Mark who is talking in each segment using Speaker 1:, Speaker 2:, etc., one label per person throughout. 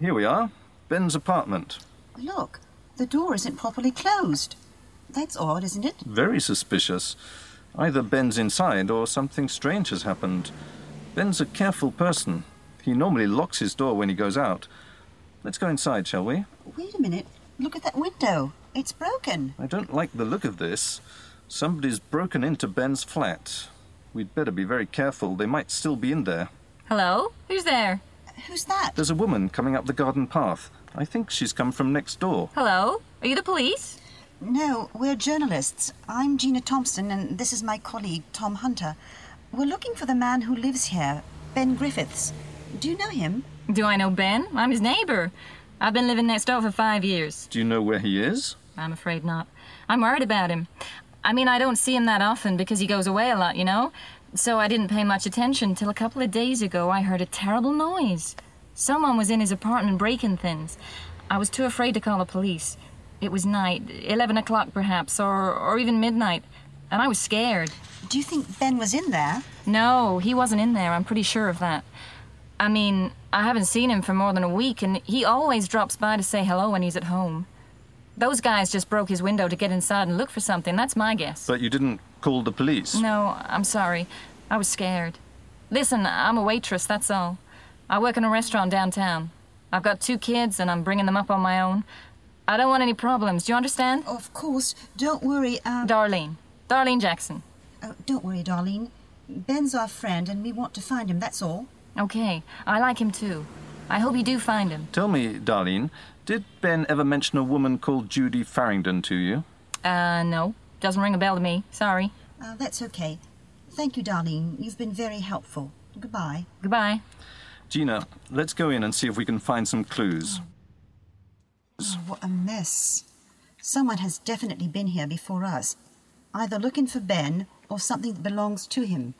Speaker 1: Here we are. Ben's apartment.
Speaker 2: Look, the door isn't properly closed. That's odd, isn't it?
Speaker 1: Very suspicious. Either Ben's inside or something strange has happened. Ben's a careful person. He normally locks his door when he goes out. Let's go inside, shall we?
Speaker 2: Wait a minute. Look at that window. It's broken.
Speaker 1: I don't like the look of this. Somebody's broken into Ben's flat. We'd better be very careful. They might still be in there.
Speaker 3: Hello? Who's there?
Speaker 2: Who's that?
Speaker 1: There's a woman coming up the garden path. I think she's come from next door.
Speaker 3: Hello? Are you the police?
Speaker 2: No, we're journalists. I'm Gina Thompson, and this is my colleague, Tom Hunter. We're looking for the man who lives here, Ben Griffiths. Do you know him?
Speaker 3: Do I know Ben? I'm his neighbor. I've been living next door for five years.
Speaker 1: Do you know where he is?
Speaker 3: I'm afraid not. I'm worried about him. I mean, I don't see him that often because he goes away a lot, you know? So I didn't pay much attention till a couple of days ago I heard a terrible noise. Someone was in his apartment breaking things. I was too afraid to call the police. It was night, 11 o'clock perhaps, or, or even midnight, and I was scared.
Speaker 2: Do you think Ben was in there?
Speaker 3: No, he wasn't in there, I'm pretty sure of that. I mean, I haven't seen him for more than a week, and he always drops by to say hello when he's at home. Those guys just broke his window to get inside and look for something, that's my guess.
Speaker 1: But you didn't call the police.
Speaker 3: No, I'm sorry. I was scared. Listen, I'm a waitress, that's all. I work in a restaurant downtown. I've got two kids, and I'm bringing them up on my own. I don't want any problems. Do you understand?
Speaker 2: Of course. Don't worry. Um,
Speaker 3: Darlene. Darlene Jackson.
Speaker 2: oh, don't worry, darling. Ben's our friend, and we want to find him, that's all.
Speaker 3: Okay. I like him too. I hope you do find him.
Speaker 1: Tell me, Darlene, did Ben ever mention a woman called Judy Farringdon to you?
Speaker 3: Uh, no. Doesn't ring a bell to me. Sorry.
Speaker 2: Uh, that's okay. Thank you, darling. You've been very helpful. Goodbye.
Speaker 3: Goodbye.
Speaker 1: Gina, let's go in and see if we can find some clues.
Speaker 2: Oh, what a mess. Someone has definitely been here before us, either looking for Ben or something that belongs to him.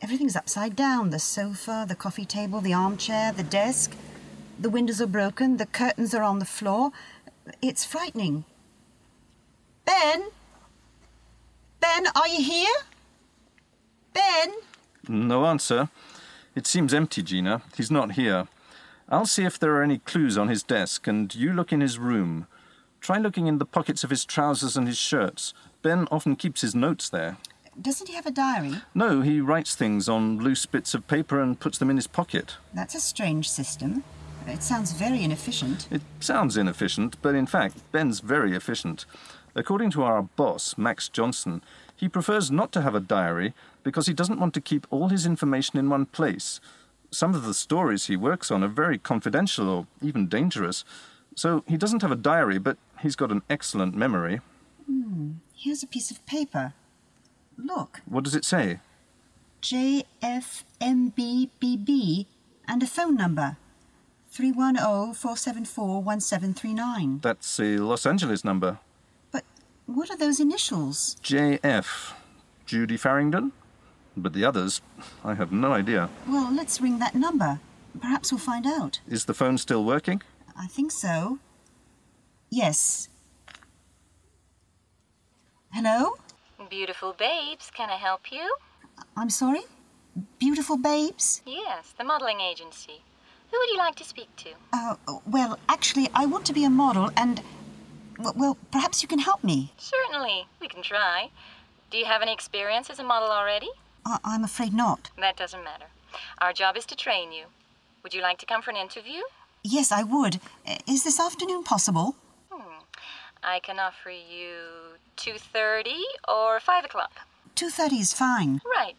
Speaker 2: Everything's upside down the sofa, the coffee table, the armchair, the desk. The windows are broken, the curtains are on the floor. It's frightening. Ben? Ben, are you here? Ben?
Speaker 1: No answer. It seems empty, Gina. He's not here. I'll see if there are any clues on his desk, and you look in his room. Try looking in the pockets of his trousers and his shirts. Ben often keeps his notes there.
Speaker 2: Doesn't he have a diary?
Speaker 1: No, he writes things on loose bits of paper and puts them in his pocket.
Speaker 2: That's a strange system. It sounds very inefficient.
Speaker 1: It sounds inefficient, but in fact, Ben's very efficient. According to our boss, Max Johnson, he prefers not to have a diary because he doesn't want to keep all his information in one place. Some of the stories he works on are very confidential or even dangerous, so he doesn't have a diary, but he's got an excellent memory.
Speaker 2: Here's a piece of paper. Look,
Speaker 1: What does it say?
Speaker 2: JFMBBB and a phone number 310 474 1739.
Speaker 1: That's a Los Angeles number.
Speaker 2: But what are those initials?
Speaker 1: JF. Judy Farringdon? But the others, I have no idea.
Speaker 2: Well, let's ring that number. Perhaps we'll find out.
Speaker 1: Is the phone still working?
Speaker 2: I think so. Yes. Hello?
Speaker 3: Beautiful babes, can I help you?
Speaker 2: I'm sorry? Beautiful babes?
Speaker 3: Yes, the modeling agency. Who would you like to speak to?
Speaker 2: Uh, well, actually, I want to be a model and. w- Well, perhaps you can help me.
Speaker 3: Certainly, we can try. Do you have any experience as a model already?
Speaker 2: I- I'm afraid not.
Speaker 3: That doesn't matter. Our job is to train you. Would you like to come for an interview?
Speaker 2: Yes, I would. I- Is this afternoon possible?
Speaker 3: Hmm. I can offer you 2.30 or 5 o'clock.
Speaker 2: 2.30 is fine.
Speaker 3: Right.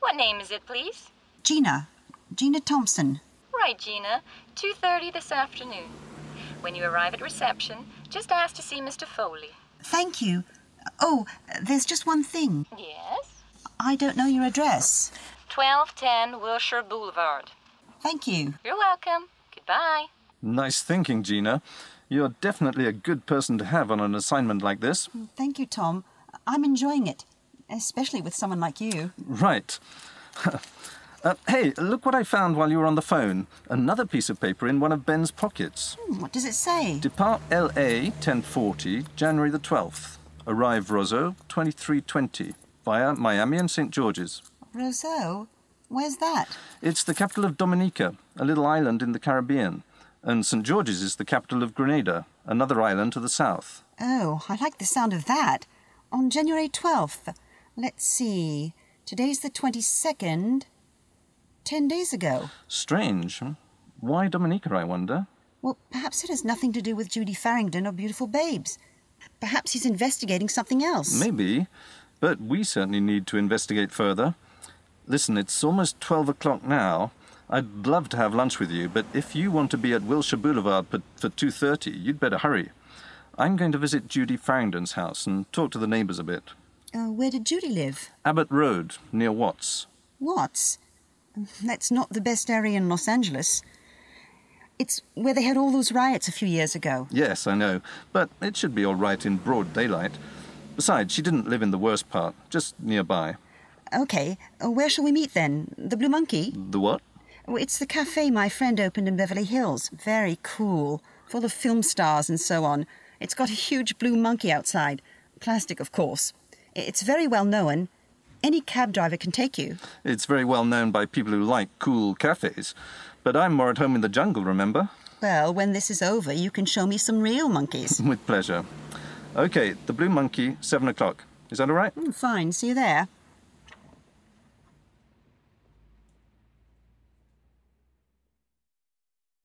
Speaker 3: What name is it, please?
Speaker 2: Gina. Gina Thompson.
Speaker 3: Right, Gina. 2.30 this afternoon. When you arrive at reception, just ask to see Mr. Foley.
Speaker 2: Thank you. Oh, there's just one thing.
Speaker 3: Yes?
Speaker 2: I don't know your address.
Speaker 3: 1210 Wilshire Boulevard.
Speaker 2: Thank you.
Speaker 3: You're welcome. Goodbye.
Speaker 1: Nice thinking, Gina. You're definitely a good person to have on an assignment like this.
Speaker 2: Thank you, Tom. I'm enjoying it, especially with someone like you.
Speaker 1: Right. uh, hey, look what I found while you were on the phone. Another piece of paper in one of Ben's pockets.
Speaker 2: Hmm, What does it say?
Speaker 1: Depart LA 1040, January the 12th. Arrive Roseau 2320 via Miami and St. George's.
Speaker 2: Roseau? Where's that?
Speaker 1: It's the capital of Dominica, a little island in the Caribbean. and St. George's is the capital of Grenada, another island to the south.
Speaker 2: Oh, I like the sound of that. On January 12th. Let's see. Today's the 22nd. Ten days ago.
Speaker 1: Strange. hmm? Why Dominica, I wonder?
Speaker 2: Well, perhaps it has nothing to do with Judy Farringdon or Beautiful Babes. Perhaps he's investigating something else.
Speaker 1: Maybe, but we certainly need to investigate further. Listen, it's almost 12 o'clock now. I'd love to have lunch with you, but if you want to be at Wilshire Boulevard p- for 2.30, you'd better hurry. I'm going to visit Judy Farringdon's house and talk to the neighbours a bit.
Speaker 2: Uh, where did Judy live?
Speaker 1: Abbott Road, near Watts.
Speaker 2: Watts. Um, That's not the best area in Los Angeles. It's where they had all those riots a few years ago.
Speaker 1: Yes, I know, but it should be all right in broad daylight. Besides, she didn't live in the worst part, just nearby.
Speaker 2: Okay, uh, where shall we meet then? The Blue Monkey?
Speaker 1: The what?
Speaker 2: Oh, It's the cafe my friend opened in Beverly Hills. Very cool, full of film stars and so on. It's got a huge blue monkey outside. Plastic, of course. I- It's very well known. Any cab driver can take you.
Speaker 1: It's very well known by people who like cool cafes. But I'm more at home in the jungle, remember?
Speaker 2: Well, when this is over, you can show me some real monkeys.
Speaker 1: With pleasure. Okay, the Blue Monkey, 7 o'clock. Is that all right?
Speaker 2: Hmm, Fine, see you there.